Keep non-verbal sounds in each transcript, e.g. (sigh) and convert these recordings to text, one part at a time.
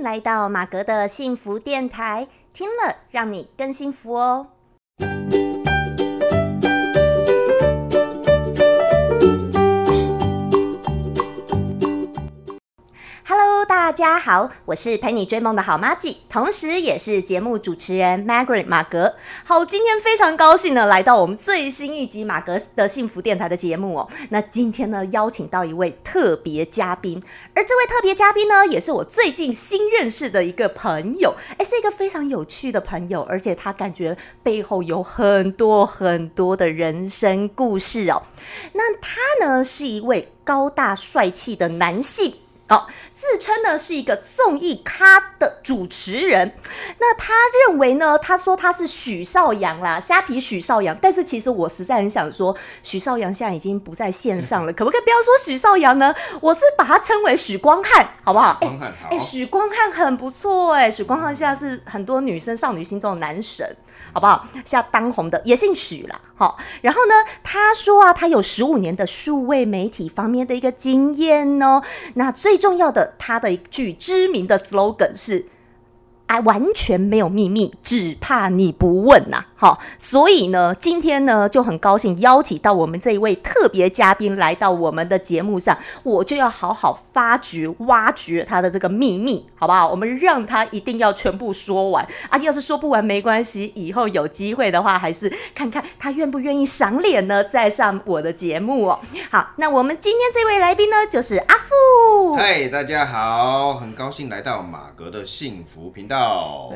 来到马格的幸福电台，听了让你更幸福哦。Hello，大家好，我是陪你追梦的好妈吉，同时也是节目主持人 Margaret 马格。好，今天非常高兴呢，来到我们最新一集马格的幸福电台的节目哦。那今天呢，邀请到一位特别嘉宾，而这位特别嘉宾呢，也是我最近新认识的一个朋友，哎，是一个非常有趣的朋友，而且他感觉背后有很多很多的人生故事哦。那他呢，是一位高大帅气的男性。哦，自称呢是一个综艺咖的主持人。那他认为呢，他说他是许绍洋啦，虾皮许绍洋。但是其实我实在很想说，许绍洋现在已经不在线上了，可不可以不要说许绍洋呢？我是把他称为许光汉，好不好？哎光汉好哎，，许光汉很不错哎，许光汉现在是很多女生少女心中的男神，好不好？现在当红的也姓许啦，好。然后呢，他说啊，他有十五年的数位媒体方面的一个经验哦。那最重要的，他的一句知名的 slogan 是。哎，完全没有秘密，只怕你不问呐、好，所以呢，今天呢就很高兴邀请到我们这一位特别嘉宾来到我们的节目上，我就要好好发掘、挖掘他的这个秘密，好不好？我们让他一定要全部说完啊！要是说不完没关系，以后有机会的话，还是看看他愿不愿意赏脸呢，再上我的节目哦。好，那我们今天这位来宾呢，就是阿富。嗨，大家好，很高兴来到马格的幸福频啊道。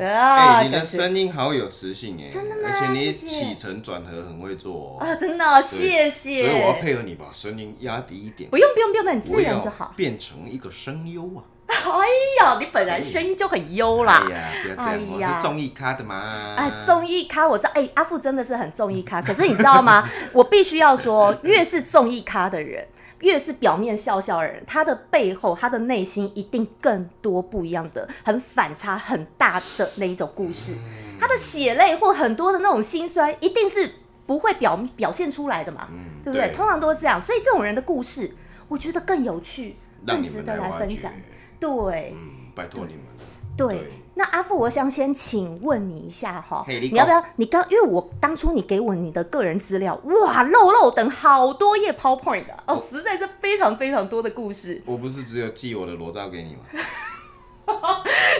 哎，你的感谢声音好有磁性哎，真的吗而且谢你谢起承转合很会做啊，哦，真的哦、谢所以我要谢。配合你把声音压低一点不，用不用不用，很我自要然就好。变成一个声优啊。哎呀，你本来声音就很优啦。哎呀，不要这哎样，我呀是综艺咖的嘛。哎，综艺咖我知道，哎、阿富真的是很综艺咖。可是你知道吗？ (laughs) 我必须要说，越是综艺咖的人，越是表面笑笑的人，他的背后，他的内心一定更多不一样的、很反差很大的那一种故事。嗯他的血泪或很多的那种心酸，一定是不会表表现出来的嘛，嗯对不对？通常都是这样，所以这种人的故事，我觉得更有趣，更让你值们得来挖分掘享。哎对，嗯，拜托你们了。对对，那阿富，我想先请问你一下哈，嘿你你要不讲要？你刚因为我当初你给我你的个人资料，哇，漏漏等好多页 PowerPoint 啊哦，实在是非常非常多的故事，我不是只有寄我的裸照给 (laughs) 你吗？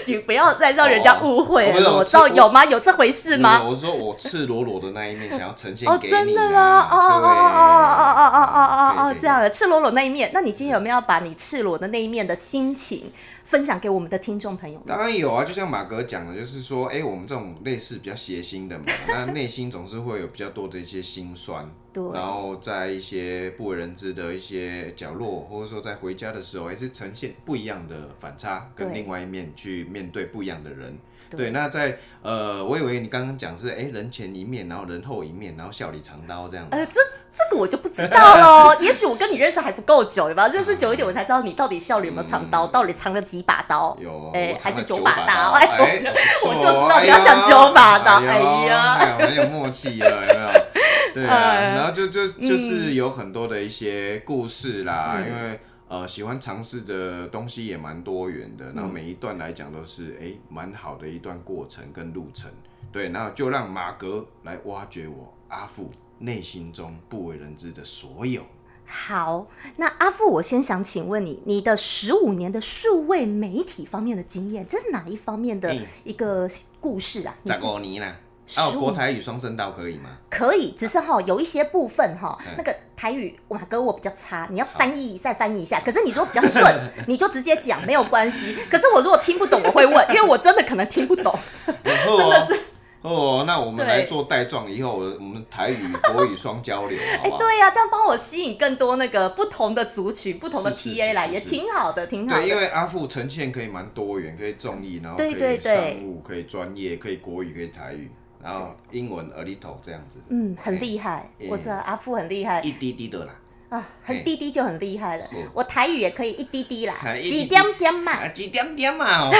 你不要再让人家误会哦不是了。我我知道我有吗？有这回事没吗？有我是说我赤裸裸的那一面想要呈现哦，给你、啊。真的吗？哦哦哦哦哦哦哦哦哦对对哦，对这样的赤裸裸那一面，那你今天有没有要把你赤裸的那一面的心情分享给我们的听众朋友们？当然有啊，就像马哥讲的，就是说，哎、我们这种类似比较邪心的嘛， (laughs) 那内心总是会有比较多的一些心酸，对然后在一些不为人知的一些角落，或者说在回家的时候，也哎是呈现不一样的反差，跟对另外一面去面对不一样的人。对对，那在呃，我以为你刚刚讲是哎、人前一面，然后人后一面，然后笑里藏刀这样子。呃，这这个我就不知道 (laughs) 喽。也许我跟你认识还不够久，有吧？认识久一点，我才知道你到底笑里有没有藏刀，到底藏了几把刀。嗯有，哎我还藏是了九九把刀把刀，哎我哎，我我就知道你要讲九把刀哎呀呀，很有默契了，有没有？对啊，哎然后就就嗯就是有很多的一些故事啦，因为。呃，喜欢尝试的东西也蛮多元的，然嗯后每一段来讲都是哎蛮、好的一段过程跟路程，对，然后就让马格来挖掘我阿富内心中不为人知的所有。好，那阿富，我先想请问你，你的十五年的数位媒体方面的经验，这是哪一方面的嗯一个故事啊？你咋个你呢？十啊，五国台语双声道可以 (laughs) 吗？可以，只是哈、有一些部分哈、嗯那个台语哇哥我比较差，你要翻译再翻译一下。可是你如果比较 (laughs) 顺，你就直接讲没有关系。可是我如果听不懂，我会问，因为我真的可能听不懂。哦真的是。哦，那我们对来做带状，以后我我们台语、国语双交流，(laughs) 好哎、不好？对呀、这样帮我吸引更多那个不同的族群、不同的是是 TA 来，是也是挺好的，挺好对，因的。为阿富呈现可以蛮多元，可以综艺，然后可对对以对商务，可以专业，可以国语，可以台语，然后英文 a little 这样子，嗯，很厉害，哎我知道阿富很厉害一滴滴的啦，啊，很哎滴滴就很厉害了是。我台语也可以一滴滴啦，嗯哎一滴滴几点点嘛，啊，几点 (laughs) 点嘛、哦，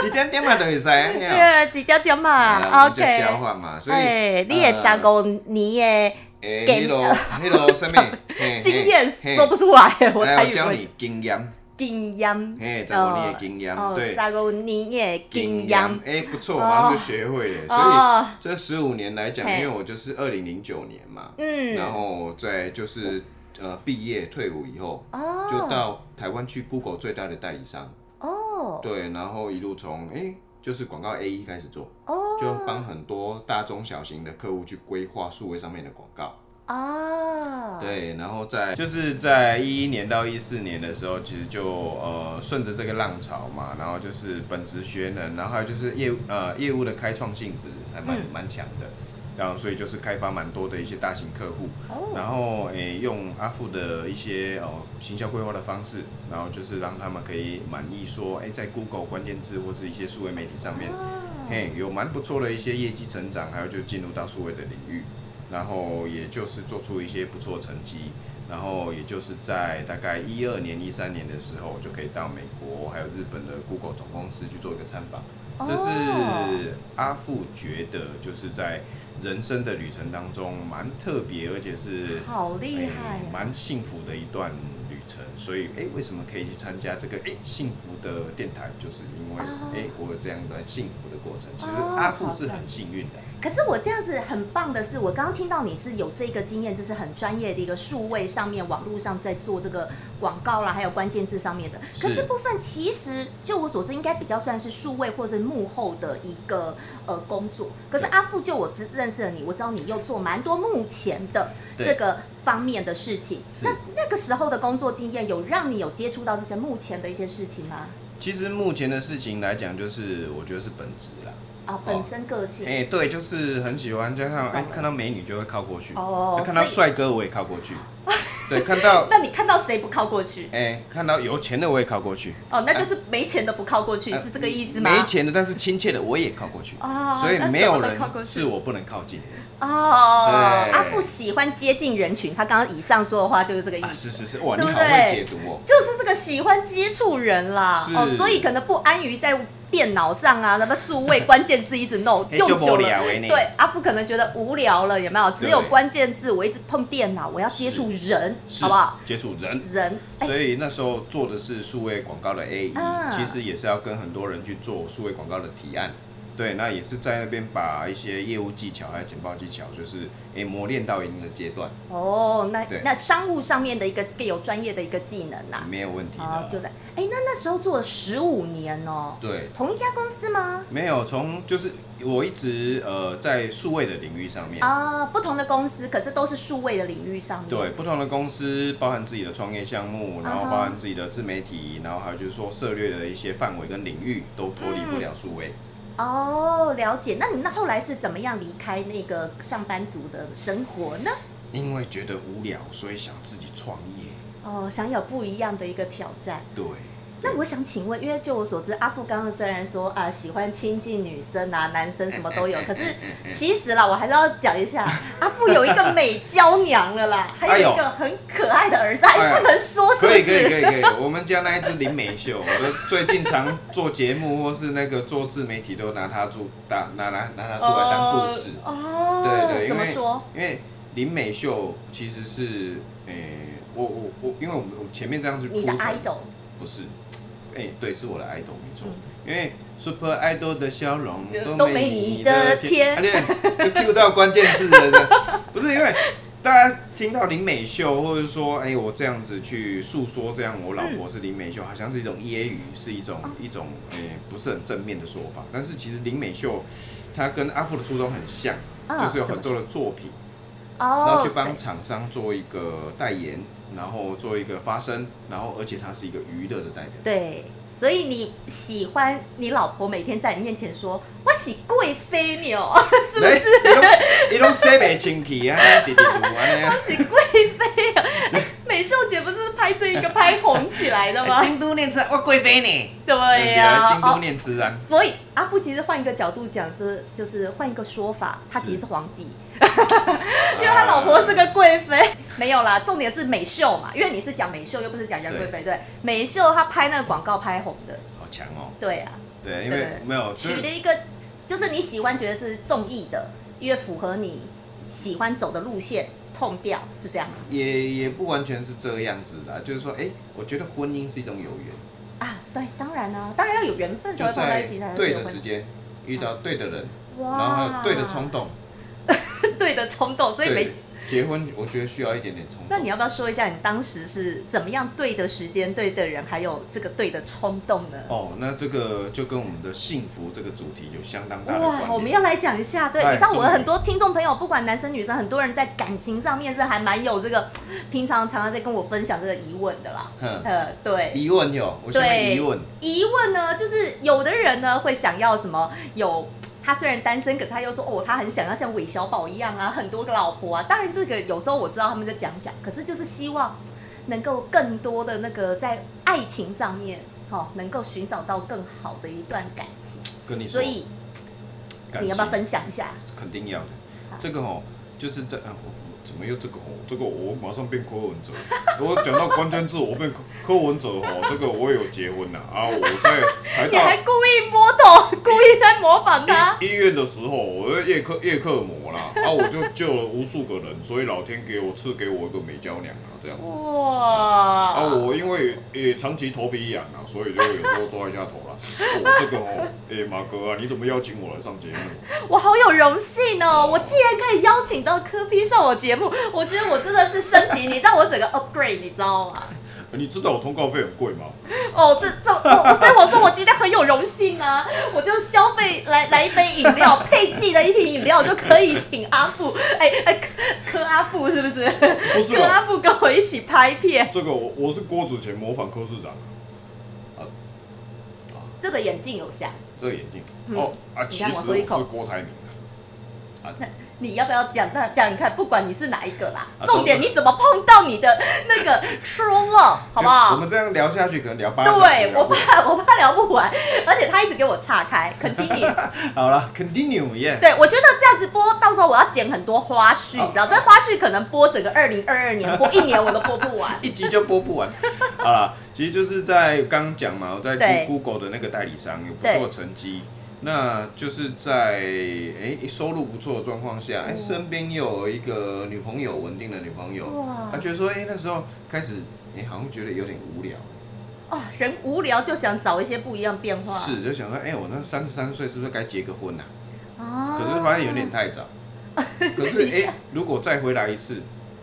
几点点嘛都会使啊，你啊对，几点点哎嘛啊呀我们就交，OK。换嘛，所以，呃哎，你也咋个，个你也哎，给 (laughs) 迄啰迄啰什么嘿嘿经验嘿说不出来，我哎台我语不教会你经验，经验，嘿，十五年的经验，哦，对，十五年的经验，哎、不错，哦马上就学会了。所以哦，这十五年来讲，嘿因为我就是二零零九年嘛，然嗯，后在就是呃毕业退伍以后，哦，就到台湾去 Google 最大的代理商，哦，对，然后一路从哎、就是广告 A E 开始做，哦，就帮很多大中小型的客户去规划数位上面的广告。哦，，对，然后在就是在一一年到一四年的时候，其实就呃顺着这个浪潮嘛，然后就是本职学能，然后还有就是业务呃业务的开创性质还蛮嗯蛮强的，然后所以就是开发蛮多的一些大型客户，哦，然后诶、用阿富的一些哦行销规划的方式，然后就是让他们可以满意说，诶、在 Google 关键字或是一些数位媒体上哦面嘿，有蛮不错的一些业绩成长，还有就进入到数位的领域，然后也就是做出一些不错成绩，然后也就是在大概一二年、一三年的时候，就可以到美国还有日本的 Google 总公司去做一个参访。哦这是阿富觉得就是在人生的旅程当中蛮特别，而且是好厉害哎啊，蛮、幸福的一段旅程。所以，哎、为什么可以去参加这个哎、幸福的电台？就是因为哎、哦我有这样一段幸福的过程。其实哦阿富是好很幸运的，可是我这样子很棒的是，我刚刚听到你是有这个经验，就是很专业的一个数位上面、网络上在做这个广告啦，还有关键字上面的。可是这部分其实就我所知，应该比较算是数位或是幕后的一个呃工作。可是阿富，就我知认识了你，我知道你又做蛮多目前的对这个方面的事情。是那那个时候的工作经验，有让你有接触到这些目前的一些事情吗？其实目前的事情来讲，就是我觉得是本质啦。啊，本身个性。哎、对，就是很喜欢，就看到哎、懂了看到美女就会靠过去，哦看到所帅哥我也靠过去，对，看到那你看到谁不靠过去？哎、看到有钱的我也靠过去，哦，那就是没钱的不靠过去，呃是这个意思吗？啊没钱的但是亲切的我也靠过去，哦，所以那没有什么都人靠过去是我不能靠近的。哦。对阿富喜欢接近人群，他刚刚以上说的话就是这个意思，啊，是是是，哇，你对不好对会解读哦。就是这个喜欢接触人啦。是哦，所以可能不安于在电脑上啊，什么数 (laughs) 位关键字一直弄嘿用哎就久无了聊。欸的呢对，阿富可能觉得无聊了，有没有？只有关键字，我一直碰电脑，我要接触人，是好不好？？接触人，人，哎、所以那时候做的是数位广告的 A E，、啊其实也是要跟很多人去做数位广告的提案。对，那也是在那边把一些业务技巧还有简报技巧，就是诶、磨练到一定的阶段，哦，那对那商务上面的一个 skill，专业的一个技能呐、没有问题的。啊，就在哎、那那时候做了十五年哦、对，同一家公司吗？没有从就是我一直呃在数位的领域上面，啊，不同的公司，可是都是数位的领域上面。对，不同的公司，包含自己的创业项目，然后啊哈包含自己的自媒体，然后还有就是说涉猎的一些范围跟领域，都脱离不嗯了数位。哦，了解。那你那后来是怎么样离开那个上班族的生活呢？因为觉得无聊，所以想自己创业。哦，想有不一样的一个挑战。对，那我想请问，因为就我所知，阿富刚刚虽然说啊喜欢亲近女生啊，男生什么都有，可是其实啦，我还是要讲一下，阿富有一个美娇娘了啦，还有一个很可爱的儿子，哎哎，呦不能说是不 (laughs) 可以可以可是？以可以， (laughs) 我们家那一只林美秀，我最近常做节目或是那个做自媒体，都拿它做当拿拿拿它出来当故事。哦，对对，怎因么为说？因为林美秀其实是诶、我我我，因为我们我前面这样去铺你的陈 idol 不是，哎、对，是我的 idol 没错嗯，因为 Super Idol 的笑容呃都都没没你你的的甜甜，而且 Q 到关键字了 (laughs) 呢，不是因为。大家听到林美秀，或者说，哎、我这样子去诉说，这样我老婆是林美秀，好像是一种揶揄，是一哦种一种，哎、不是很正面的说法。但是其实林美秀，她跟阿富的初衷很像，嗯就是有怎么很多的作品，然哦，后去帮对厂商做一个代言，然后做一个发声，然后而且它是一个娱乐的代表。对，所以你喜欢你老婆每天在你面前说“我是贵妃哦鸟， (laughs) 我是不是？ (laughs) 伊拢洗袂清气啊，直直读 (laughs) 安尼啊。是贵妃 (laughs) 啊”哎美秀姐不是拍这一个拍红起来的吗？哎京都念慈，我贵妃呢？啊对呀、京都哦，念慈啊，所以阿富其实换一个角度讲是，就是换一个说法，他其实是皇帝，啊因为他老婆是个贵妃。没有啦，重点是美秀嘛，因为你是讲美秀，又不是讲杨贵妃。对，美秀她拍那个广告拍红的，好强哦。对啊。对，因为没有就取是了一个就是你喜欢觉得是中意的，因为符合你喜欢走的路线，痛掉，是这样吗也也不完全是这样子啦，就是说，哎、我觉得婚姻是一种有缘，啊？对，当然呢、当然要有缘分才就会碰在在一起才能对结的时婚，间遇到对的人，然后还有对的冲，动，对的冲动，所以没对。结婚，我觉得需要一点点冲动。那你要不要说一下你当时是怎么样对的时间、对的人，还有这个对的冲动呢？哦，那这个就跟我们的幸福这个主题有相当大的关哇，联。我们要来讲一下，对，哎你知道我重点很多听众朋友，不管男生女生，很多人在感情上面是还蛮有这个，平常常常在跟我分享这个疑问的啦。哼呃，对，疑问有，我现在对疑问，疑问呢，就是有的人呢会想要什么有。他虽然单身，可是他又说哦，他很想要像韦小宝一样啊，很多个老婆啊。当然，这个有时候我知道他们在讲讲，可是就是希望能够更多的那个在爱情上面，哦，能够寻找到更好的一段感情。跟你说，所以感你要不要情分享一下？肯定要的好。这个哦，就是在、啊、我我怎么又这个哦，这个我马上变柯文哲。 (laughs) 我讲到关键字，我变柯柯文哲哦，这个我也有结婚了啊，我在台你还大故意摸头， (laughs) 故意在模仿他。医医院的时候，我在夜克夜克 (laughs) 膜啦，啊，我就救了无数个人，所以老天给我赐给我一个美娇娘啊，这样。哇！啊，我因为也长期头皮痒啊，所以就有时候抓一下头啦。我这个哦，哎、马哥啊，你怎么邀请我来上节目？ (laughs) 我好有荣幸啊哦！我既然可以邀请到科批上我节目，我觉得我真的是升级，你知道我整个 upgrade，你知道吗？你知道我通告费很贵吗？哦，这这 (laughs) 我，所以我说我今天很有荣幸啊！我就消费来来一杯饮 (laughs) 料，配寄的一瓶饮料就可以请阿富，哎哎柯柯阿富是不是？不是哦柯吧？阿富跟我一起拍片，这个我我是郭子乾模仿柯市长，啊，这个眼镜有像，这个眼镜、嗯哦啊，你其看实我喝一我口是郭台铭啊，啊你要不要讲？那讲你看，不管你是哪一个啦，啊重点你怎么碰到你的那个 true love，好不好？我们这样聊下去可能聊八个小时对，聊我不怕 (laughs) 我怕聊不完，而且他一直给我岔开，continue。 (laughs) 好了，continue 耶、。对，我觉得这样子播，到时候我要剪很多花絮，你知道，这花絮可能播整个二零二二年，播一年我都播不完 (laughs) 一集就播 (laughs) 不完啊！其实就是在刚讲嘛，我在对 Goo- Google 的那个代理商有不对错的成绩，那就是在哎、收入不错的状况下，哎、哦身边又有一个女朋友，稳定的女朋友，哇他觉得说哎、那时候开始哎、好像觉得有点无聊，哦，人无聊就想找一些不一样变化，是就想说哎、我那三十三岁是不是该结个婚啊？啊可是发现有点太早。哦 (laughs) 可是你是哎、如果再回来一次，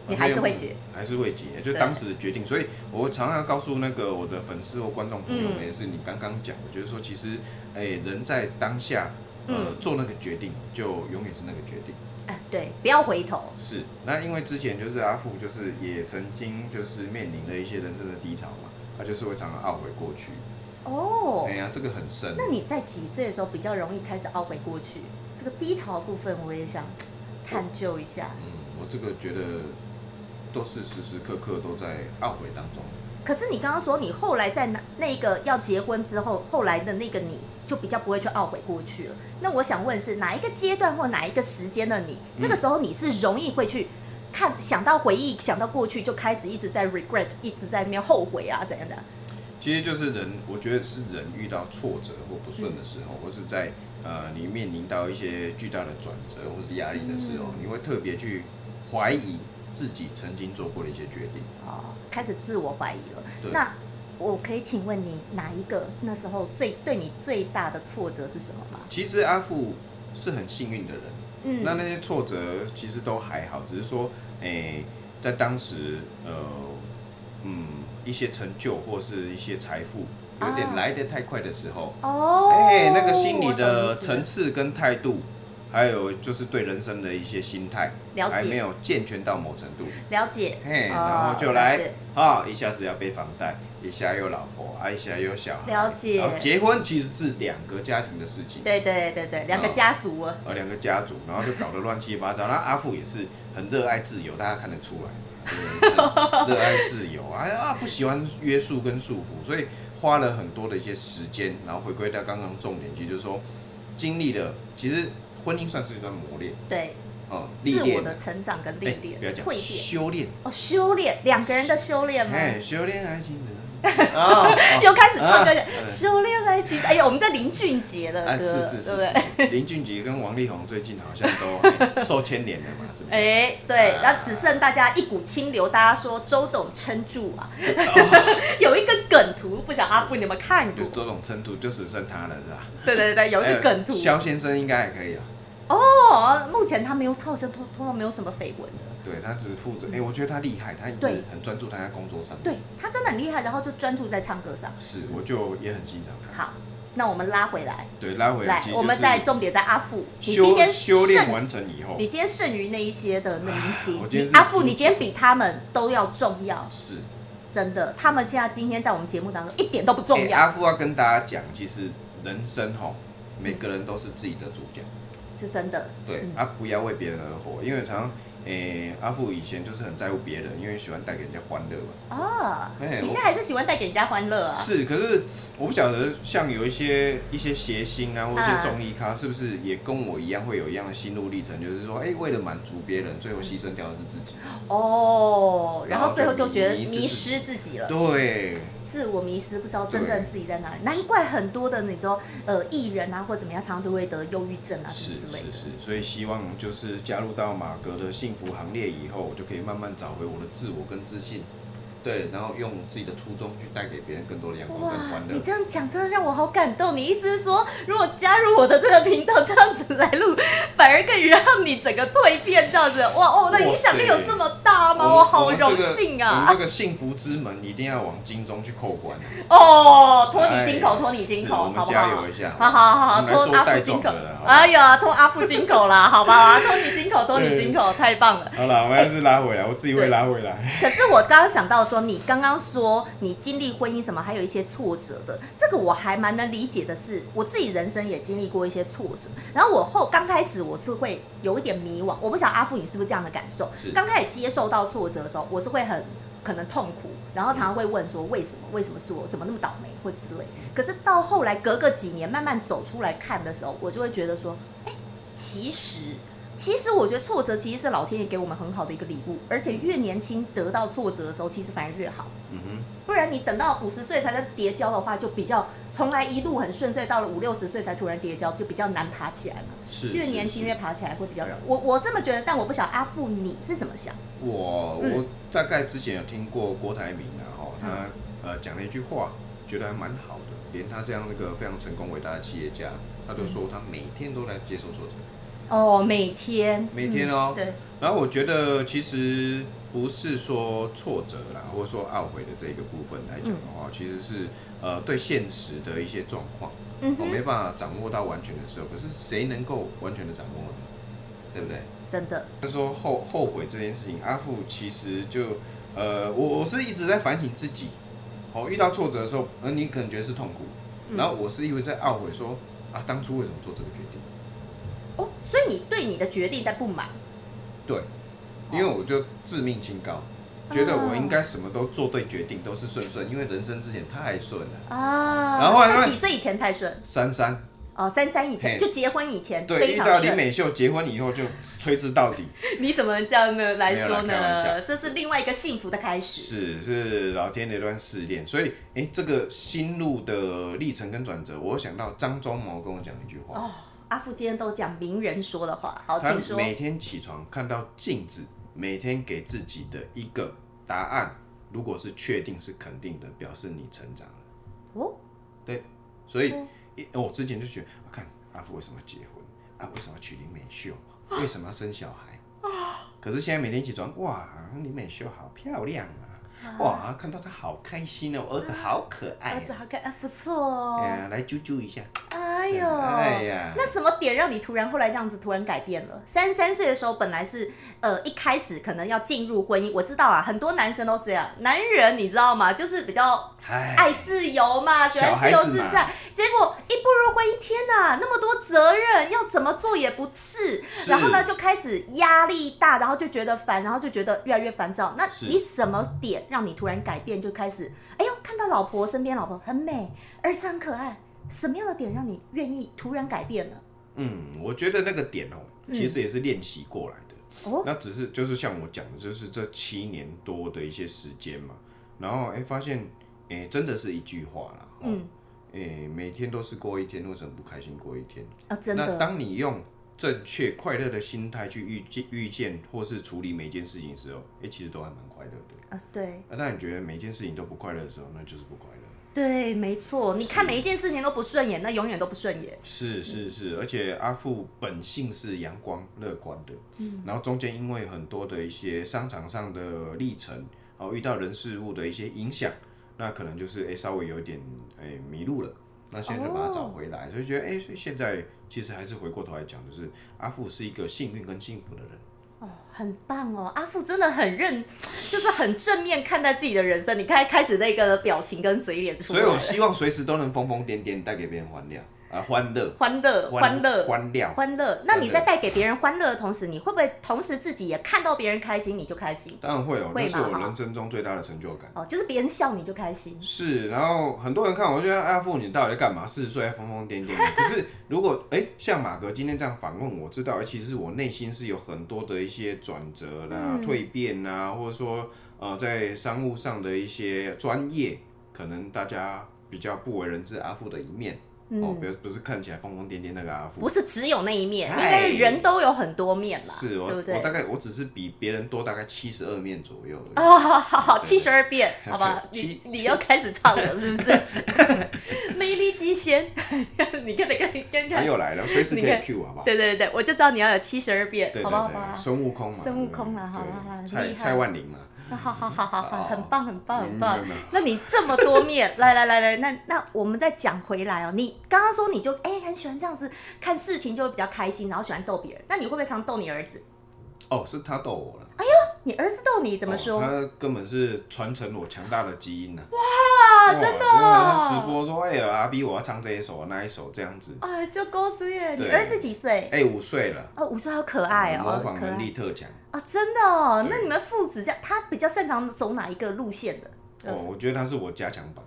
你还是会结，还是会结，就当时的决定。所以我常常告诉那个我的粉丝或观众朋友们，嗯也是你刚刚讲的，就是说其实哎、人在当下。呃嗯，做那个决定就永远是那个决定，哎对，不要回头，是。那因为之前就是阿富，就是也曾经就是面临了一些人生的低潮嘛，他就是会常常懊悔过去。哦哎。呀，这个很深。那你在几岁的时候比较容易开始懊悔过去？这个低潮的部分我也想探究一下。嗯，我这个觉得都是时时刻刻都在懊悔当中。嗯可是你刚刚说你后来在那那个要结婚之后，后来的那个你就比较不会去懊悔过去了。那我想问是哪一个阶段或哪一个时间的你，那个时候你是容易会去看想到回忆、想到过去，就开始一直在 regret，一直在那边后悔啊怎样的？其实就是人，我觉得是人遇到挫折或不顺的时嗯候，或是在呃你面临到一些巨大的转折或是压力的时候，嗯你会特别去怀疑自己曾经做过的一些决定。哦，开始自我怀疑了。对那我可以请问你哪一个那时候最对你最大的挫折是什么吗？其实阿富是很幸运的人，嗯，那那些挫折其实都还好，只是说，诶、在当时，呃，嗯，一些成就或是一些财富有啊点来得太快的时候，哦，哎、那个心理我懂的意思层次跟态度，还有就是对人生的一些心态，了解还没有健全到某程度，了解，嘿，哦然后就了来解啊、一下子要背房贷，一下又老婆，啊，一下又小孩，了解然后结婚其实是两个家庭的事情，对对对对，两个哦家族啊。呃，两个家族，然后就搞得乱七八糟。那阿富也是很热爱自由，大家看得出来， (laughs) 对热爱自由啊啊，不喜欢约束跟束缚，所以花了很多的一些时间，然后回归到刚刚重点，其实就是说经历了，其实婚姻算是一段磨练，对，哦、历自我练，的成长跟历哎练、不要蜕讲变修炼，哦，修炼两个人的修炼吗？哎，修炼爱情的。啊， (laughs) 又开始唱歌，啊修炼爱情。哎呀，我们在林俊杰的啊是歌，是对不对？是， (laughs) 林俊杰跟王力宏最近好像都哎受牵连了嘛，是不是？哎，对啊，那只剩大家一股清流，大家说周董撑住啊， (laughs) 哦有一个梗图，不晓得阿富你有没有看过就？周董撑住，就只剩他了，是吧？对对对，有一还个梗图。呃肖先生应该还可以啊，哦，目前他没有，他好像通通常没有什么绯闻的。对他只负责，哎、我觉得他厉害，他一直嗯对很专注他在工作上面。对他真的很厉害，然后就专注在唱歌上。是，我就也很欣赏他。好，那我们拉回来，对，拉回来其实，我们就是再重点在阿富。你修今天修炼剩完成以后你，今天剩余那一些的那一些，我今天你是阿富，主你今天比他们都要重要，是真的。他们现在今天在我们节目当中一点都不重哎要，阿富要跟大家讲，其实人生吼，每个人都是自己的主角，是真的。对、嗯啊，不要为别人而活，因为常常。诶、阿富以前就是很在乎别人，因为喜欢带给人家欢乐嘛。哦，哎你我现在还是喜欢带给人家欢乐啊？是，可是我不晓得，像有一些一些谐星啊，或者一嗯些综艺咖，是不是也跟我一样会有一样的心路历程？就是说，哎、为了满足别人，最后牺牲掉的是自己。哦，然然后后最后就就觉得迷迷失自己失自己了。对，自我迷失，不知道真对正自己在哪里。难怪很多的那种呃艺人啊，或怎么样，常常就会得忧郁症啊什是么之是类的。是，所以希望就是加入到马格的幸福行列以后，我就可以慢慢找回我的自我跟自信，对，然后用自己的初衷去带给别人更多的阳光哇跟欢，乐你。这样讲真的让我好感动。你意思是说，如果加入我的这个频道这样子来录，反而可以让你整个蜕变这样子？哇哦，那影响力有这么大吗？我们好们这荣个嗯幸我们啊！这个幸福之门一定要往金钟去叩关啊，哦，托你金口，哎托你金是我口，们好不加好？油一下好好好好，我们来托做阿带富金动口的啦好。不好哎呀，托阿富金口啦，好吧，啊托你金口，托你金口，太棒了。好了，我们还是拉回来，我自己会拉回来。可是我刚刚想到说，你刚刚说你经历婚姻什么，还有一些挫折的，这个我还蛮能理解的是。我自己人生也经历过一些挫折，然后我后刚开始我是会有一点迷惘，我不晓得阿富你是不是这样的感受是？刚开始接受到挫折的时候，我是会很可能痛苦，然后常常会问说为什么？为什么是我？怎么那么倒霉或之类。可是到后来隔个几年慢慢走出来看的时候，我就会觉得说，其实，其实我觉得挫折其实是老天爷给我们很好的一个礼物，而且越年轻得到挫折的时候，其实反而越好。嗯不然你等到五十岁才能跌跤的话，就比较从来一路很顺遂，到了五六十岁才突然跌跤，就比较难爬起来嘛。哼，是越年轻越是爬起来会比较容易。我我这么觉得，但我不晓得阿富你是怎么想？我嗯我大概之前有听过郭台铭啊，哈，嗯他呃讲了一句话，觉得还蛮好的，连他这样那个非常成功伟大的企业家，他都说他每天都在接受挫折，哦，每天，每天嗯哦。对，然后我觉得其实不是说挫折啦，或者说懊悔的这一个部分来讲的话，其实是呃对现实的一些状况，嗯我、哼，没办法掌握到完全的时候，可是谁能够完全的掌握呢？对不对？真的，他说后后悔这件事情，阿富其实就呃，我我是一直在反省自己，哦，遇到挫折的时候，呃，你可能觉得是痛苦，嗯然后我是因为在懊悔说啊，当初为什么做这个决定？哦，所以你对你的决定在不满，对，因为我就致命清高，觉得我应该什么都做对决定，都是顺顺，因为人生之前太顺了。啊，然后后来在几岁以前太顺？三三哦，三三以前嘿就结婚以前对，非遇常到林顺。美秀结婚以后就吹之到底， (laughs) 你怎么能这样呢来说没有啦开玩呢？这是另外一个幸福的开始。是是老天的一段试炼，所以哎、诶这个心路的历程跟转折，我想到张忠谋跟我讲一句话，哦，阿富今天都讲名人说的话，好，他请说。每天起床看到镜子，每天给自己的一个答案，如果是确定是肯定的，表示你成长了。哦，对，所以嗯一我之前就觉得，啊看阿福为什么要结婚啊，为什么要娶林美秀，为什么要生小孩？可是现在每天起床，哇，林美秀好漂亮啊！哇，看到她好开心哦，我儿子好可爱儿啊子好看，啊，不错哦。哎呀，来啾啾一下。哎呦，哎呀，那什么点让你突然后来这样子突然改变了？三十三岁的时候，本来是呃一开始可能要进入婚姻，我知道啊，很多男生都这样，男人你知道吗？就是比较爱哎，自由嘛，喜欢自由自小孩子在嘛。结果一步入婚姻，天哪，那么多责任，要怎么做也不是。是然后呢，就开始压力大，然后就觉得烦，然后就觉得越来越烦躁。那是你什么点让你突然改变，就开始哎呦，看到老婆身边老婆很美，儿子很可爱，什么样的点让你愿意突然改变呢？嗯，我觉得那个点哦，其实也是练习过来的。嗯哦，那只是就是像我讲的，就是这七年多的一些时间嘛，然后哎、发现哎、诶、真的是一句话啦。哦、嗯，诶、每天都是过一天，为什么不开心过一天？啊，真那的，当你用正确快乐的心态去遇见、遇见或是处理每件事情的时候，诶、其实都还蛮快乐的。啊，对那、当你觉得每件事情都不快乐的时候，那就是不快乐。对，没错，你看每一件事情都不顺眼，那永远都不顺眼。是是是，而且阿富本性是阳光乐观的，嗯，然后中间因为很多的一些商场上的历程，然后遇到人事物的一些影响，那可能就是诶、稍微有一点诶、迷路了。那现在就把它找回来，哦所以觉得诶，所以现在其实还是回过头来讲，就是阿富是一个幸运跟幸福的人。哦，很棒哦，阿富真的很认，就是很正面看待自己的人生。你看开始那个表情跟嘴脸出所来以我了，希望随时都能疯疯癫癫，带给别人欢乐啊，欢乐，欢乐，欢乐，欢乐。欢乐。那你欢乐在带给别人欢乐的同时，你会不会同时自己也看到别人开心，你就开心？当然会有，会吗那是我人生中最大的成就感。哦，就是别人笑你就开心。是，然后很多人看我就哎说：“阿富，你到底在干嘛？四十岁还疯疯癫癫的。” (laughs) 可是如果哎、像马哥今天这样反问，我知道，哎其实我内心是有很多的一些转折啦、嗯蜕变啊，或者说呃，在商务上的一些专业，可能大家比较不为人知阿富的一面、哦，不是不是看起来疯疯癫癫那个阿富，嗯不是只有那一面，因哎为人都有很多面啦，是我对哦不我对大？概我只是比别人多大概七十二面左右而已。哦，好好好，对七十二变，对好吧，七你七你要开始唱了，是不 (laughs) 是？魅力极限，你看，你看，你看他看，又来了，随时可你以看 Q 好不好？对对对，我就知道你要有七十二变对，对好不好？好不啊好对，孙悟空嘛，孙悟空啦对好啦好啦蔡厉害蔡万林嘛，好好好好好好，哦很棒，很棒，很棒嗯。没有没有那你这么多面， (laughs) 来来来来，那那我们再讲回来哦。你刚刚说你就哎、很喜欢这样子看事情，就会比较开心，然后喜欢逗别人。那你会不会常逗你儿子？哦，是他逗我了，你儿子逗你啊怎么说？哦他根本是传承我强大的基因呢。啊哇，真的哦、他直播说，哎，阿 B，我要唱这一首，那一首这样子。哎，就高子耶，你对儿子几岁？哎，五岁了，哦，五岁好可爱模哦，仿可能爱力特强。哦，真的哦。对那你们父子这样，他比较擅长走哪一个路线的？哦，我觉得他是我加强版，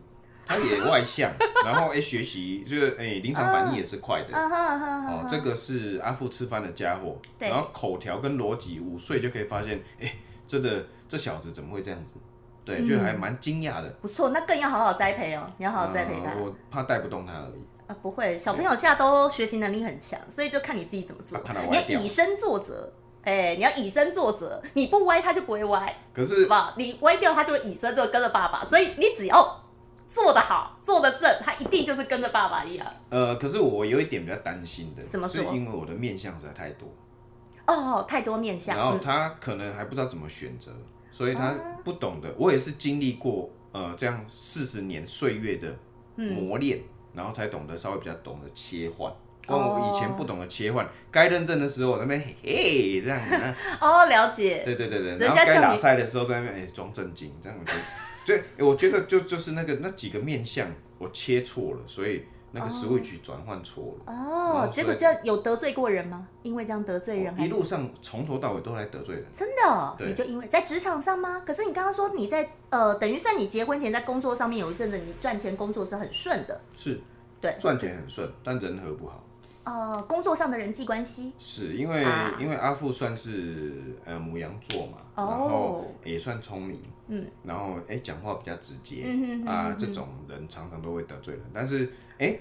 他也外向， (laughs) 然后哎，学习就是哎，临场反应也是快的。啊哈哈哈哦哈，这个是阿富吃饭的家伙，对然后口条跟逻辑，五岁就可以发现，哎、真的这小子怎么会这样子？对，就还蛮惊讶的。不错，那更要好好栽培哦，你要嗯好好栽培他呃我怕带不动他而已。啊。不会，小朋友现在都学习能力很强，所以就看你自己怎么做把他的。你歪要掉以身作则。哎、你要以身作则，你不歪他就不会歪，好可是不好？你歪掉他就会以身作则跟着爸爸，所以你只要做得好，做得正，他一定就是跟着爸爸一样。呃，可是我有一点比较担心的，怎么是说因为我的面相实在太多，哦，太多面相。然后嗯哦他可能还不知道怎么选择，所以他不懂得。我也是经历过呃这样四十年岁月的嗯磨练，然后才懂得稍微比较懂得切换。哦光我以前不懂得切换，该认真的时候我在那边嘿嘿这样，那 (laughs) 哦，了解。对对对对，人然后家该叫打你赛的时候在那边哎装正经，这样 (laughs) 我觉得，就哎我觉得就就是那个那几个面相我切错了，所以那个 switch 转换错了，哦嗯，结果所以这样有得罪过人吗？因为这样得罪人我还一是？路上从头到尾都在得罪人。真的哦、对你就因为在职场上吗？可是你刚刚说你在呃，等于算你结婚前在工作上面有一阵子，你赚钱工作是很顺的，是对，赚钱很顺，但人和不好，呃，工作上的人际关系，是因为、啊因为阿富算是呃母羊座嘛，哦然后也算聪明，嗯，然后哎讲、话比较直接，嗯哼哼啊哼哼这种人常常都会得罪人，但是哎、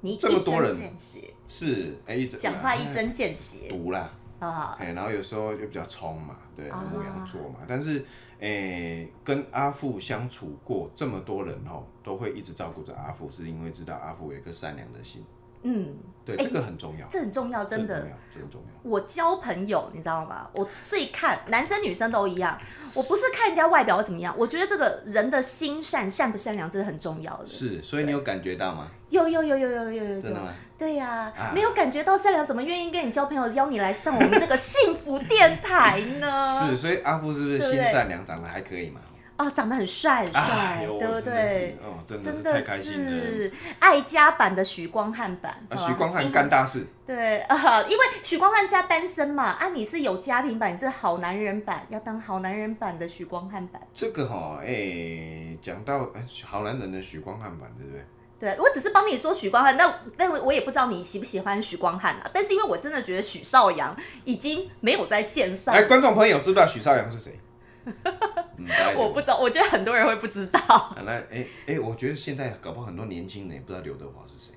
你一这么多针人见血，是哎一直讲话哎一针见血毒啦，啊，哎、然后有时候就比较冲嘛，对，啊母羊座嘛，但是，哎、跟阿富相处过这么多人哦，都会一直照顾着阿富，是因为知道阿富有一颗善良的心，嗯，对，哎这个很重要，这很重要，真的这很重。要，这很重要。我交朋友，你知道吗？我最看男生女生都一样，我不是看人家外表怎么样，我觉得这个人的心善善不善良，这是很重要的。是，所以你有感觉到吗？有有有有有有有真的有吗，？对呀、啊没有感觉到善良，怎么愿意跟你交朋友，邀你来上我们这个幸福电台呢？ (laughs) 是，所以阿富是不对是不心对善良，长得还可以嘛？啊，长得很帅，很哎帅，呦对不真的是对？哦，真的真是的太开心了。是爱家版的许光汉版，啊，好吧许光汉金干大事，对 (laughs) 啊，因为许光汉现在单身嘛，啊，你是有家庭版，你这好男人版要当好男人版的许光汉版。这个哈，哎，讲到哎好男人的许光汉版，对不对？对，我只是帮你说许光汉，那但我也不知道你喜不喜欢许光汉啊。但是因为我真的觉得许绍洋已经没有在线上哎 (laughs) 来，观众朋友知不知道许绍洋是谁？嗯，大概我不知道，我觉得很多人会不知道。啊那哎哎，我觉得现在搞不好很多年轻人也不知道刘德华是谁。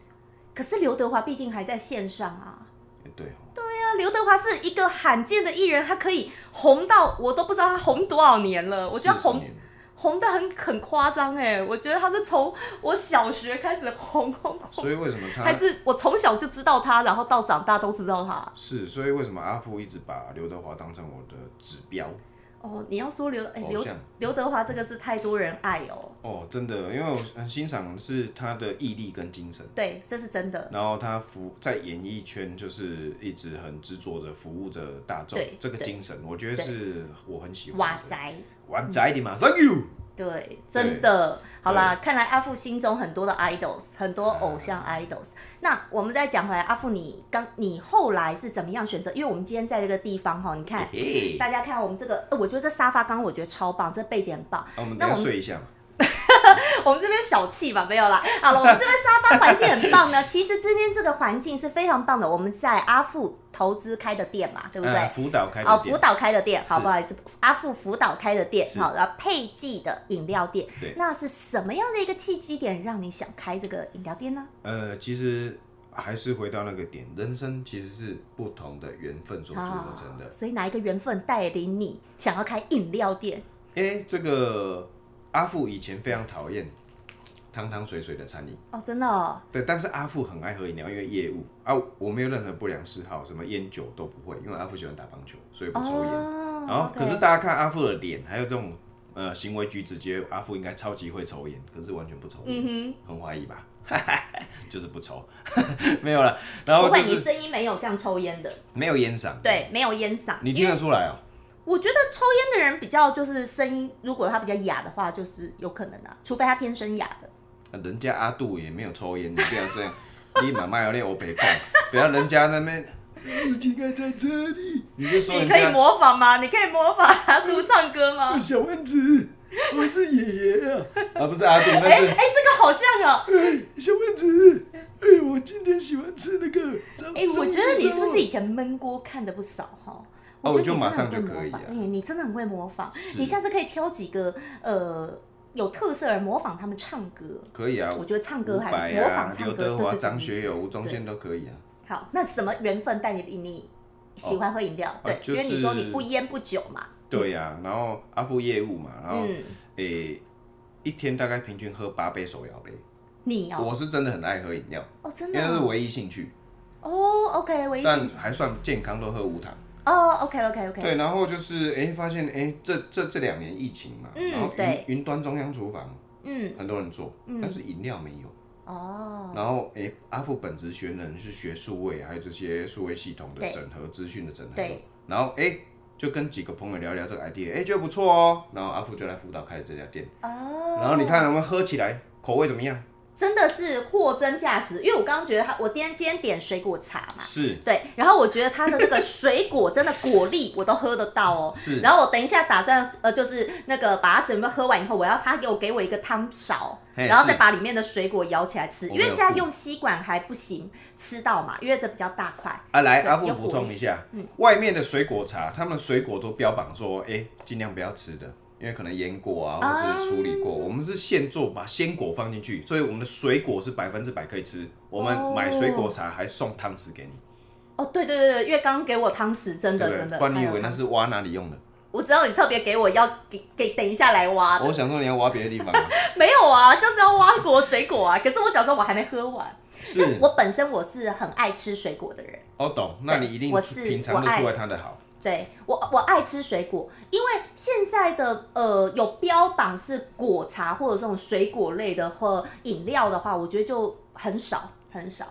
可是刘德华毕竟还在线上啊。哎对哦，对啊，刘德华是一个罕见的艺人，他可以红到我都不知道他红多少年了。我觉得40红年红的很很夸张哎，我觉得他是从我小学开始红红红，所以为什么他还是我从小就知道他，然后到长大都知道他。是，所以为什么阿富一直把刘德华当成我的指标？哦，你要说刘哎偶刘像刘德华这个是太多人爱哦，哦，真的，因为我很欣赏是他的毅力跟精神，对，这是真的。然后他服在演艺圈就是一直很执着的服务着大众对，这个对精神我觉得对是我很喜哇欢的。塞，嗯哇仔的嘛，Thank you。对，真的，好啦，看来阿富心中很多的 idols，很多偶像 idols。那我们再讲回来，阿富你刚你后来是怎么样选择？因为我们今天在这个地方哈，你看嘿嘿，大家看我们这个，呃我觉得这沙发刚刚我觉得超棒，这背景很棒。啊我们那等一我下们睡一下嘛。我们这边小气吧，没有啦。好了，我们这边沙发环境很棒 (laughs) 呢。其实这边这个环境是非常棒的，我们在阿富投资开的店嘛，对不对？啊辅导开哦，的福店，岛开的店，好是不好意思，阿富福岛开的店，是好，然后配记的饮料店对，那是什么样的一个契机点让你想开这个饮料店呢？呃，其实还是回到那个点，人生其实是不同的缘分所组合成的。啊所以哪一个缘分带领你想要开饮料店？哎、这个阿富以前非常讨厌汤汤水水的餐饮，哦，真的哦，对，但是阿富很爱喝饮料，因为业务啊，我没有任何不良嗜好，什么烟酒都不会，因为阿富喜欢打棒球，所以不抽烟。哦然后，可是 OK 大家看阿富的脸，还有这种呃行为举止，觉得阿富应该超级会抽烟，可是完全不抽烟，嗯很怀疑吧？ (laughs) 就是不抽， (laughs) 没有了。然哼，后不会，就你是声音没有像抽烟的，没有烟嗓，对，没有烟嗓。你听得出来哦、我觉得抽烟的人比较就是声音，如果他比较哑的话，就是有可能啊，除非他天生哑的。人家阿杜也没有抽烟，你不要这样，你妈妈要练我北控，不要人家那边。 (laughs) 你应该在这里，你就说你人可以家模仿吗？你可以模仿阿杜唱歌吗？ (laughs) 小丸子，我是爷爷啊，啊不是阿杜，哎、那是、哎、这个好像 (laughs) 哦、小丸子。哎，我今天喜欢吃那个。哎、我觉得你是不是以前闷锅看的不少哈？哦觉得我就你马真的很上会就可模以仿，啊哎、你真的很会模仿，你下次可以挑几个呃有特色的人模仿他们唱歌。可以啊？我觉得唱歌伍还佰模仿啊，唱刘歌，德对华、对对张学友、吴宗宪都可以啊。好，那什么缘分带你你喜欢喝饮料？对、哦就因为你说是你不烟不酒嘛。对呀、然后阿富业务嘛，然后嗯，诶、一天大概平均喝八杯手摇杯。你哦、我是真的很爱喝饮料，哦，真因的为那是哦、唯一兴趣。哦，OK，微但信还算健康，都喝无糖。哦，OK OK OK，对，然后就是哎、诶发现哎、诶这这这两年疫情嘛，嗯然后对云云端中央厨房嗯，很多人做，但是饮料没有。哦，然后哎、诶阿富本职学能是学数位，还有这些数位系统的对整合、资讯的整合对。然后哎、诶就跟几个朋友聊聊这个 idea，哎、觉得不错哦。然后阿富就来辅导开了这家店。哦，然后你看我们喝起来口味怎么样？真的是货真价实，因为我刚刚觉得他，我今天今天点水果茶嘛，是对，然后我觉得它的那个水果真的果粒我都喝得到哦。 (laughs) 是然后我等一下打算呃，就是那个把它整个喝完以后，我要他给我给我一个汤勺，嘿然后再是把里面的水果舀起来吃，我因没有为现在吐用吸管还不行吃到嘛，因为这比较大块。啊，来对阿富有补果充一下，外面的水果茶，他们水果都标榜说，哎、尽量不要吃的，因为可能腌过啊，或是处理过。我们是现做，把鲜果放进去，所以我们的水果是百分之百可以吃。我哦们买水果茶还送汤匙给你，哦，对对对对，因为刚刚给我汤匙，真对的不真对？的。哎不然你以还有为那汤是匙挖哪里用的？我知道你特别给我要给给等一下来挖的我想说你要挖别的地方、啊，没有啊，就是要挖果水果啊。可是我小时候我还没喝完。是我本身我是很爱吃水果的人，哦，懂？那你一定我是品尝得出来它的好。对我我爱吃水果，因为现在的呃有标榜是果茶或者这种水果类的或饮料的话，我觉得就很少很少，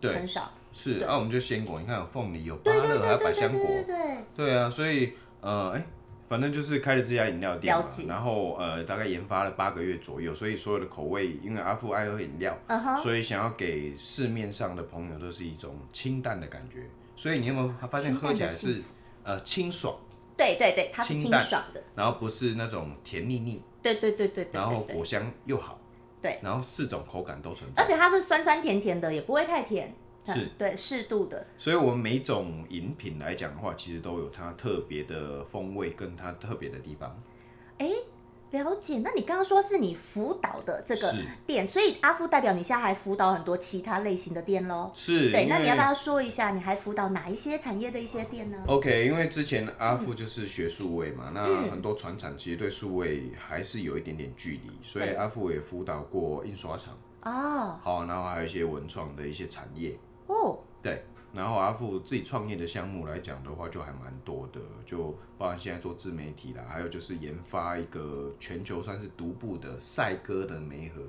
对很，少。是。对那、我们就鲜果，你看有凤梨，有芭对对乐，还对有对百对香果。对对对，对啊，所以呃，哎、反正就是开了这家饮料店嘛了解，然后呃，大概研发了八个月左右，所以所有的口味，因为阿富爱喝饮料，嗯哼，所以想要给市面上的朋友都是一种清淡的感觉。所以你有没有发现清淡的喝起来幸是呃清爽，对对对，它是清清淡爽的，然后不是那种甜腻腻，对对对对对然后对对，果香又好，对，然后四种口感都存而在。且它是酸酸甜甜的，也不会太甜，是嗯对适度的，所以我们每种饮品来讲的话，其实都有它特别的风味跟它特别的地方。了解。那你刚刚说是你辅导的这个是店，所以阿夫代表你现在还辅导很多其他类型的店喽。是，对，因那你要为不要说一下，你还辅导哪一些产业的一些店呢？ OK，因为之前嗯阿富就是学数位嘛，那很多船厂其实对数位还是有一点点距离，所以对阿富也辅导过印刷厂，哦好，然后还有一些文创的一些产业，哦，对。然后阿富自己创业的项目来讲的话，就还蛮多的，就包含现在做自媒体啦，还有就是研发一个全球算是独步的赛鸽的媒合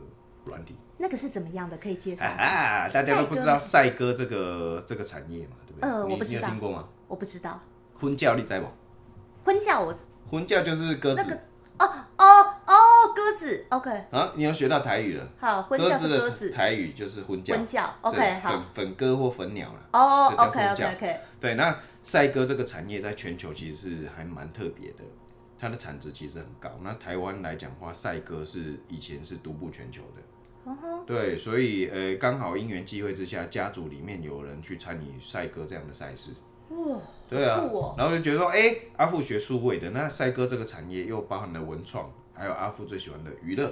软体。那个是怎么样的？可以介绍啊一下？哈，大家都不知道赛鸽这个这个产业嘛，对不对？呃你我不知你有道听过吗？我不知道，婚教你在不？婚教我婚教就是鸽那子。个哦哦哦，鸽子，OK，啊，你有学到台语了。好，婚鸽教子是的鸽子，台语就是婚叫婚教对，OK，好粉，粉鸽或粉鸟啦。哦这叫，OK 婚教 OK OK，对，那赛鸽这个产业在全球其实是还蛮特别的，它的产值其实很高。那台湾来讲的话，赛鸽是以前是独步全球的。哦对，所以呃，刚好因缘际会之下，家族里面有人去参与赛鸽这样的赛事。哇，对啊，好酷哦然后就觉得说，哎、阿富学数位的，那赛鸽这个产业又包含了文创，还有阿富最喜欢的娱乐。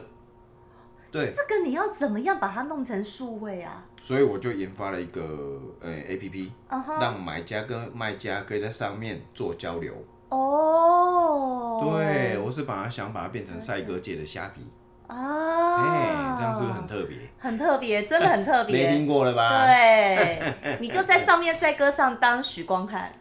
对，这个你要怎么样把它弄成数位啊？所以我就研发了一个呃 A P P，嗯哼，让买家跟卖家可以在上面做交流。哦，对，我是把它想把它变成赛鸽界的虾皮，哎、啊，这样是不是很特别？很特别？真的很特没别。听过了吧？ (laughs) 对，你就在上面赛歌上当许光汉，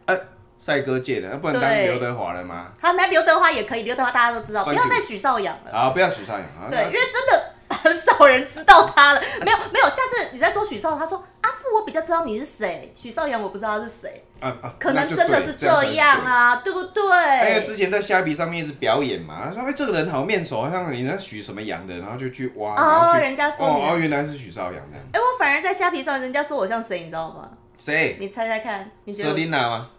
赛鸽界的，啊那不然当对刘德华了吗？他那刘德华也可以，刘德华大家都知道，不关要注再许绍洋了。啊，不要许绍洋啊！对，因为真的很少人知道他了。没有没有，下次你在说许绍洋，他说阿富，我比较知道你是谁，许绍洋我不知道他是谁，那啊啊，可能那就真的对是这样才这样对。哎啊，对不对？还有之前在虾皮上面一直表演嘛，他说哎、这个人好面熟，好像人家许什么洋的，然后就去挖，然后哦，去人家说你，哦哎、哦原来是许绍洋这样，我反而在虾皮上，人家说我像谁，你知道吗？谁？你猜猜看，你觉得我 Selina 吗？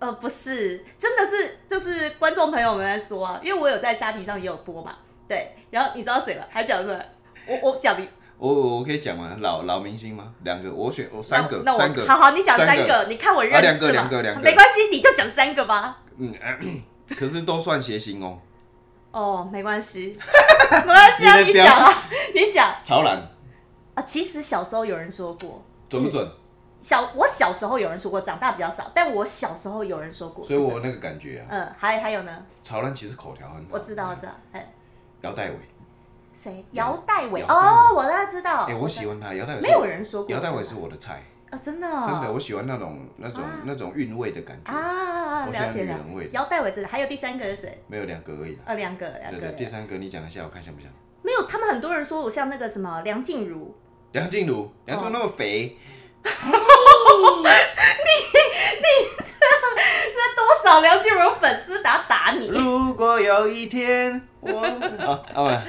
呃，不是，真的是就是观众朋友们在说啊，因为我有在虾皮上也有播嘛，对，然后你知道谁吗？还讲出来，我我讲你我我我可以讲吗？老老明星吗？两个，我选我三个，那我三个，好好，你讲三三个个，你看我啊认两个识吗？两个两个没关系，你就讲三个吧。嗯，咳可是都算谐星哦。哦，没关 (laughs) 系，没关系啊，你的你表讲啊，你讲曹兰啊。其实小时候有人说过，准不准？嗯小我小时候有人说过，长大比较少，但我小时候有人说过。所以我那个感觉啊，嗯，还还有呢，曹兰其实口条很好。我知道，我知道，哎、姚代伟，谁？姚代伟姚代伟哦，我大概知道。哎，我喜欢他。姚代伟没是有人说过姚代伟是是我的菜，啊，真的哦、真的，我喜欢那种那种那种韵味的感觉。啊，我喜了欢解女了人味。的，姚代伟是，还有第三个是谁？没有两个而已啦。呃，两个，两对个。对，第三个你讲一下，我看像不像？没有，他们很多人说我像那个什么梁静茹，梁哦静茹，梁静茹那么肥，那多少梁静茹粉丝打打你？ (laughs) 如果有一天我 (laughs) 们啊啊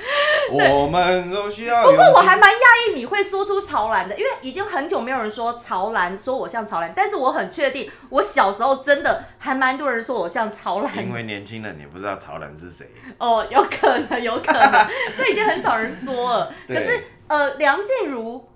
不我们都需要。不过我还蛮讶异你会说出曹兰的，因为已经很久没有人说曹兰说我像曹兰，但是我很确定，我小时候真的还蛮多人说我像曹兰因为年轻人，你不知道曹兰是谁。啊哦，有可 (laughs) 能，有可能，这已经很少人说了。可对是呃，梁静茹，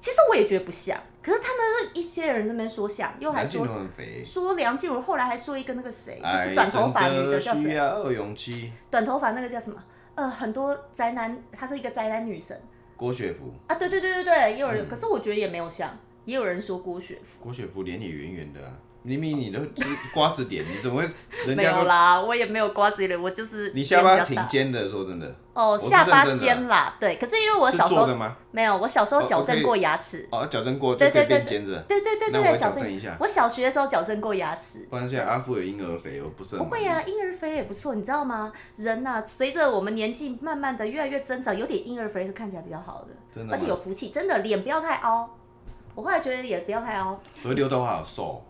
其实我也觉得不像，可是他们一些人那边说像，又还梁说静茹很肥，说梁静茹，后来还说一个那个谁，就哎是短头发女的叫真需谁？要勇气。短头发那个叫什么？呃，很多宅男，她是一个宅男女神郭雪芙，啊。对对对对对，也有嗯人，可是我觉得也没有像，也有人说郭雪芙。郭雪芙脸也圆圆的啊，明明你都吃瓜子脸，你怎么会？(laughs) 人没家有都啦，我也没有瓜子脸，我就是你下巴脸比挺较大尖的，说真的，哦，我是下巴认真的啊尖啦，对。可是因为我是小时做候的吗？没有，我小时候哦矫我可正以过牙齿。哦，矫正过就对可对以对变尖着，对对对那对我对，也矫正正一下我小学的时候矫正过牙齿。不然现在阿富有婴儿肥，我不是很不会满意。啊，婴儿肥也不错，你知道吗？人呐、随着我们年纪慢慢的越来越增长，有点婴儿肥是看起来比较好的，真的吗而且有福气，真的脸不要太凹。我后来觉得也不要太凹，所以刘德华好瘦，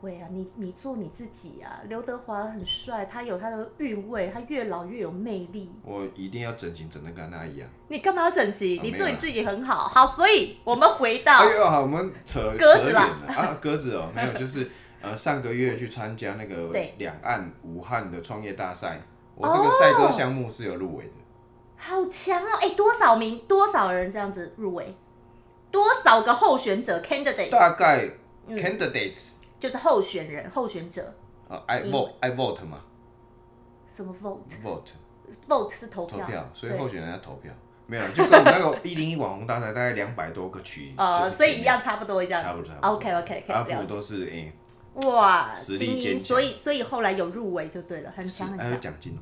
会啊，你你做你自己啊。刘德华很帅，他有他的韵味，他越老越有魅力。我一定要整形整的跟他一样。你干嘛要整形？啊你没做有你啊自己很好。好，所以我们回到、哎呦，好，我们扯鸽扯子远啦了啊，鸽子 (laughs) 哦，没有，就是呃上个月去参加那个对两岸武汉的创业大赛，我这个赛鸽项目是有入围的。好强哦！哎、多少名多少人这样子入围？多少个候选者 candidate 大概嗯 candidates 就是候选人候选者啊，I 嗯 vote I vote 嘛，什么 vote vote vote 是投投票，票，所以对候选人要投票，没有就跟我们 (laughs) 那个一零一网红大赛大概两百多个区，呃，就是所这以一样差不多一样差不子多差不多 OK OK 阿 OK，富了解。都是哎，哇，实力精坚英，强所以所以后来有入围就对了，很是强很还有强。奖金哦。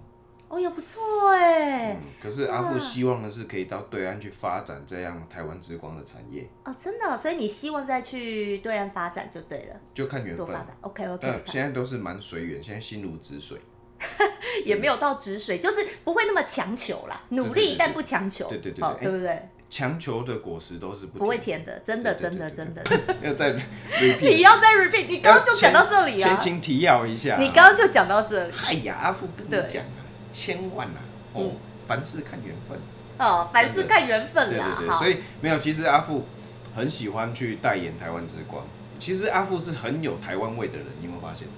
哦，也不错哎、嗯，可是阿富希望的是可以到对岸去发展这样台湾之光的产业，哦，真的，所以你希望再去对岸发展就对了，就看缘多发分。展。OK OK，, 但呃现在都是蛮随缘，现在心如止水。也没有到止水，就是不会那么强求啦，努对对力对但不强求。对对对哎哦，对对不对？强求的果实都是不不会甜的，真的对真对的对真的。甜 (laughs) 的，要 (laughs) 再你 repeat。要再 repeat，你刚刚就讲到这里前啊，情提要一下。你刚刚就讲到这里。哎呀，阿富跟对嗯你讲啊，千万啊，哦，凡事看缘分。哦，凡事真的看缘分对啦，对对，好所，以没有，其实阿富很喜欢去代言台湾之光。其实阿富是很有台湾味的人，你有没有发现？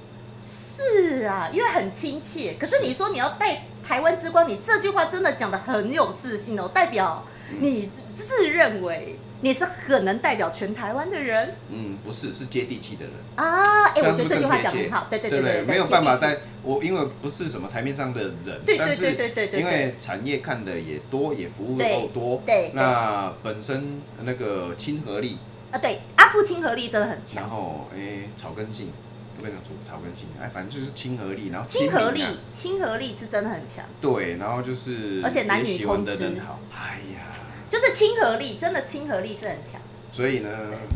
是啊，因为很亲切。可是你说你要带台湾之光，你这句话真的讲的很有自信哦，代表嗯你自认为你是很能代表全台湾的人嗯，不是，是接地气的人。啊。哎、我觉得这样这是句不话是更贴讲得切很好，对对对对对，没有办法接地气在，我因为不是什么台面上的人，对对但是对对对对对因为产业看的也多，也服务的对够多，对对那本身那个亲和力，啊，对，阿富亲和力真的很强然。后诶草根性，我跟你讲主草根性，哎，反正就是亲和力，然后亲和力民啊，亲和力是真的很强，对，然后就是而且男女也喜欢的通吃人好，哎呀。就是亲和力，真的亲和力是很强。所以呢，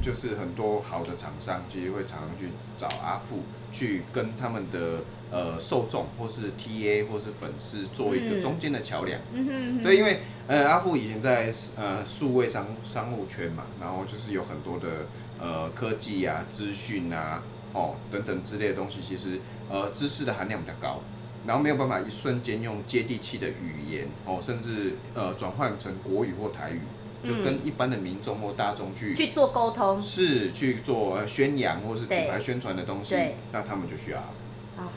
就是很多好的厂商其实会常常去找阿富去跟他们的呃受众或是 TA 或是粉丝做一嗯个中间的桥梁。嗯哼嗯哼，对，因为呃阿富以前在呃数位商商务圈嘛，然后就是有很多的呃科技啊、资讯啊、哦等等之类的东西，其实呃知识的含量比较高。然后没有办法一瞬间用接地气的语言哦，甚至呃转换成国语或台语，就嗯跟一般的民众或大众去去做沟通是去做呃宣扬或是对品牌宣传的东西对，那他们就需要阿富。啊，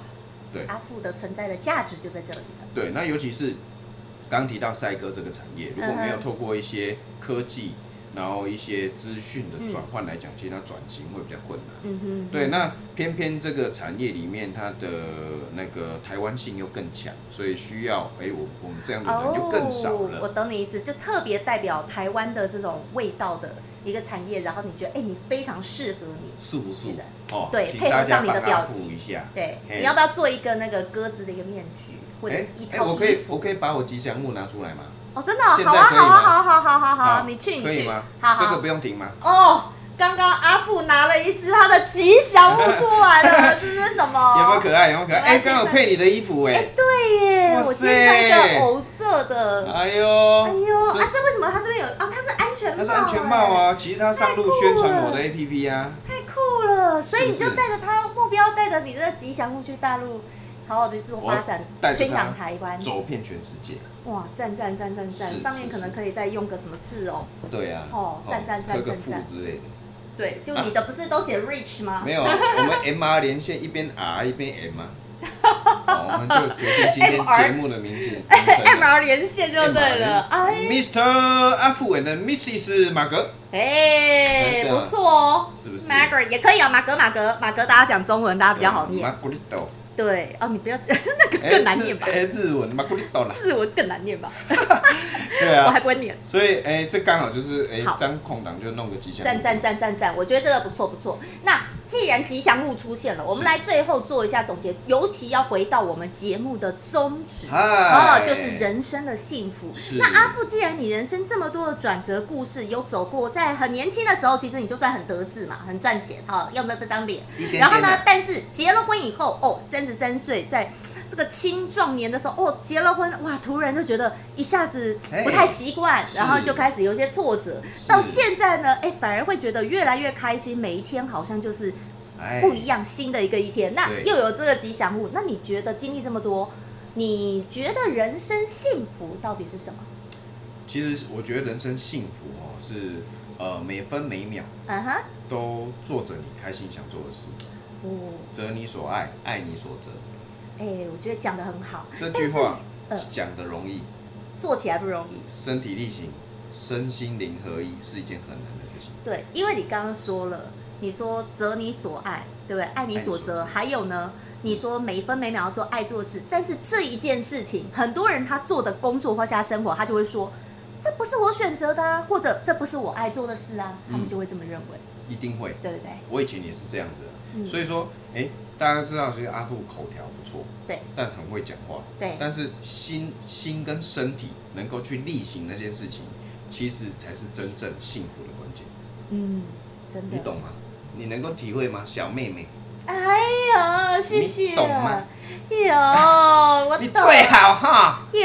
对阿富的存在的价值就在这里了。对，那尤其是刚提到赛鸽这个产业，如果嗯没有透过一些科技，然后一些资讯的转换来讲，其实它转型会比较困难。嗯哼，对，那偏偏这个产业里面，它的那个台湾性又更强，所以需要哎、我我们这样的人又更少了。哦我懂你意思，就特别代表台湾的这种味道的一个产业，然后你觉得，哎、你非常适合你，是不是是的？哦，对请配合大家上你的帮阿表富情一下。对，嘿你要不要做一个那个鸽子的一个面具，或者哎一哎，套我可衣以服？我可以把我吉祥物拿出来吗？哦，真的哦、现好在啊，可以好啊，吗好好好好好，你去，可你以去，好吗？好。这个不用停吗？哦，刚刚阿富拿了一只他的吉祥物出来 (laughs) 了，这是什么？有没有可爱？有没有可爱？哦我要哎，刚好介绍配你的衣服哎、哎。对耶，哇我今塞天穿一个藕色的。哎呦，哎呦，这啊，这为什么他这边有啊？它是安全帽，那是安全帽，啊！其实他上路宣传我的 APP 啊，哎太酷了！所以你是就不是带着它，目标带着你的吉祥物去大陆，好好的做发展我带，着它宣扬台湾。走遍全世界。哇，赞赞赞赞赞！是上面是可能是可以再用个什么字哦？对啊，哦赞赞赞刻个赞负赞之类的。对，就你的不是都写 rich 吗？啊没有啊，我们 MR 连线一边 R 一边 M 啊。好，我们就决定 (laughs) 今天 MR 节目的名字。啊 (laughs) m r 连线就对了。哎 Mr. 阿富 and Mrs. 马格，哎，对啊不错哦，是不是 m a r g a r e 也可以啊，马格马格马格，大家讲中文，啊大家比较好马念。古里豆，对，哦，你不要那个 (laughs) 更难念吧哎，日哎日文马古里豆啦。字我更难念吧，对 (laughs) 我啊还，不会念。所以哎，这刚好就是哎好，张空档就弄个吉祥物。赞赞赞赞赞！我觉得这个不错不错。那既然吉祥物出现了，我们是来最后做一下总结，尤其要回到我们节目的宗旨。嗨哦，就是人生的幸福。是那阿富，既然你人生这么多的转折故事，有走过，在很年轻的时候，其实你就算很得志嘛，很赚钱，哈、用的这张脸。一点点啊然后呢，但是结了婚以后，哦，三十三岁，在这个青壮年的时候，哦，结了婚，哇，突然就觉得一下子哎不太习惯，是然后就开始有一些挫折。是到现在呢，哎，反而会觉得越来越开心，每一天好像就是哎不一样新的一个一天。那对又有这个吉祥物，那你觉得经历这么多，你觉得人生幸福到底是什么？其实我觉得人生幸福哦，是呃每分每秒嗯哼，都做着你开心想做的事，哦，择你所爱，爱你所择。哎，我觉得讲的很好，这但句是话呃讲的容易，做起来不容易。身体力行，身心灵合一是一件很难的事情。对，因为你刚刚说了，你说择你所爱，对不对？爱你所爱你所择，择还有呢，你说每分每秒要做爱做事，但是这一件事情，很多人他做的工作或是他生活，他就会说这不是我选择的、啊，或者这不是我爱做的事啊，嗯他们就会这么认为，一定会。对不对？我以前也是这样子的，嗯所以说，哎、大家知道，其实阿富口条不错，对，但很会讲话，对，但是心心跟身体能够去力行那件事情，其实才是真正幸福的关键，嗯，真的。你懂吗？你能够体会吗，小妹妹？哎呦，谢谢。你懂吗有，我你懂。最好哈，有，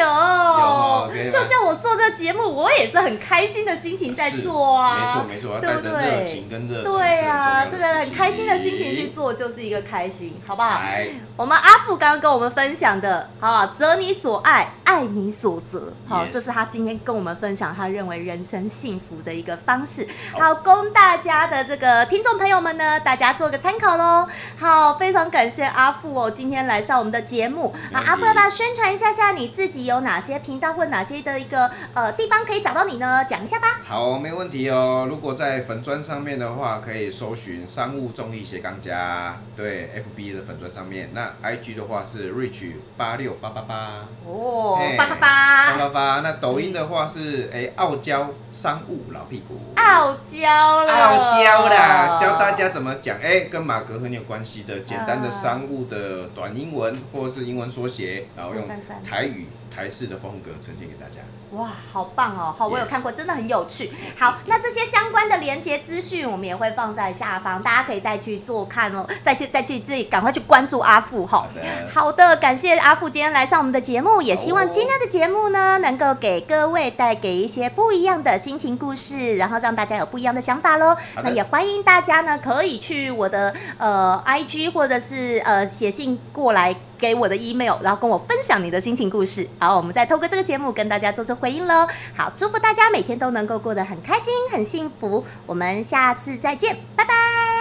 可以吗就像我做这节目，我也是很开心的心情在是做啊。没错没错，要对带不着对热情跟热情，对啊，这这个很开心的心情去。做，啊就是一个开心，好不好？来，我们阿富刚刚跟我们分享的，啊，择你所爱，爱你所择，好 Yes 这是他今天跟我们分享他认为人生幸福的一个方式，好好，供大家的这个听众朋友们呢，大家做个参考喽。好，非常感谢阿富哦，今天来上我们的节目。没啊问，题阿富要不要宣传一下下你自己有哪些频道或哪些的一个呃地方可以找到你呢？讲一下吧。好，没问题哦。如果在粉砖上面的话，可以搜寻“商务综艺斜杠家”，对，FB 的粉砖上面。那 IG 的话是 Rich 八六八八八哦嘿，发发八发，八八。那抖音的话是哎、傲娇商务老屁股。傲娇了，傲娇啦，教大家怎么讲，哎、跟马格很有关系的简单的啊商务的短英文或者是英文缩写，然后用赞赞赞台语台式的风格呈现给大家。哇，好棒哦！好，我有 Yes 看过，真的很有趣。好，那这些相关的连接资讯，我们也会放在下方，大家可以再去做看哦，再去再去自己赶快去关注阿富哈好。的，好的，感谢阿富今天来上我们的节目，也希望好哦今天的节目呢，能够给各位带给一些不一样的心情故事，然后让大家有不一样的想法喽。好那的也欢迎大家呢，可以去我的呃 IG 或者是呃写信过来给我的 email，然后跟我分享你的心情故事。好，我们再透过这个节目跟大家做出回应喽。好，祝福大家每天都能够过得很开心、很幸福。我们下次再见，拜 (laughs) 拜，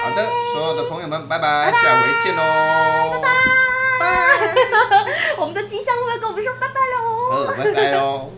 好的，所有的朋友们，拜拜，下回见喽，拜拜，我们的吉祥物要跟我们说拜拜喽。呃，拜拜喽。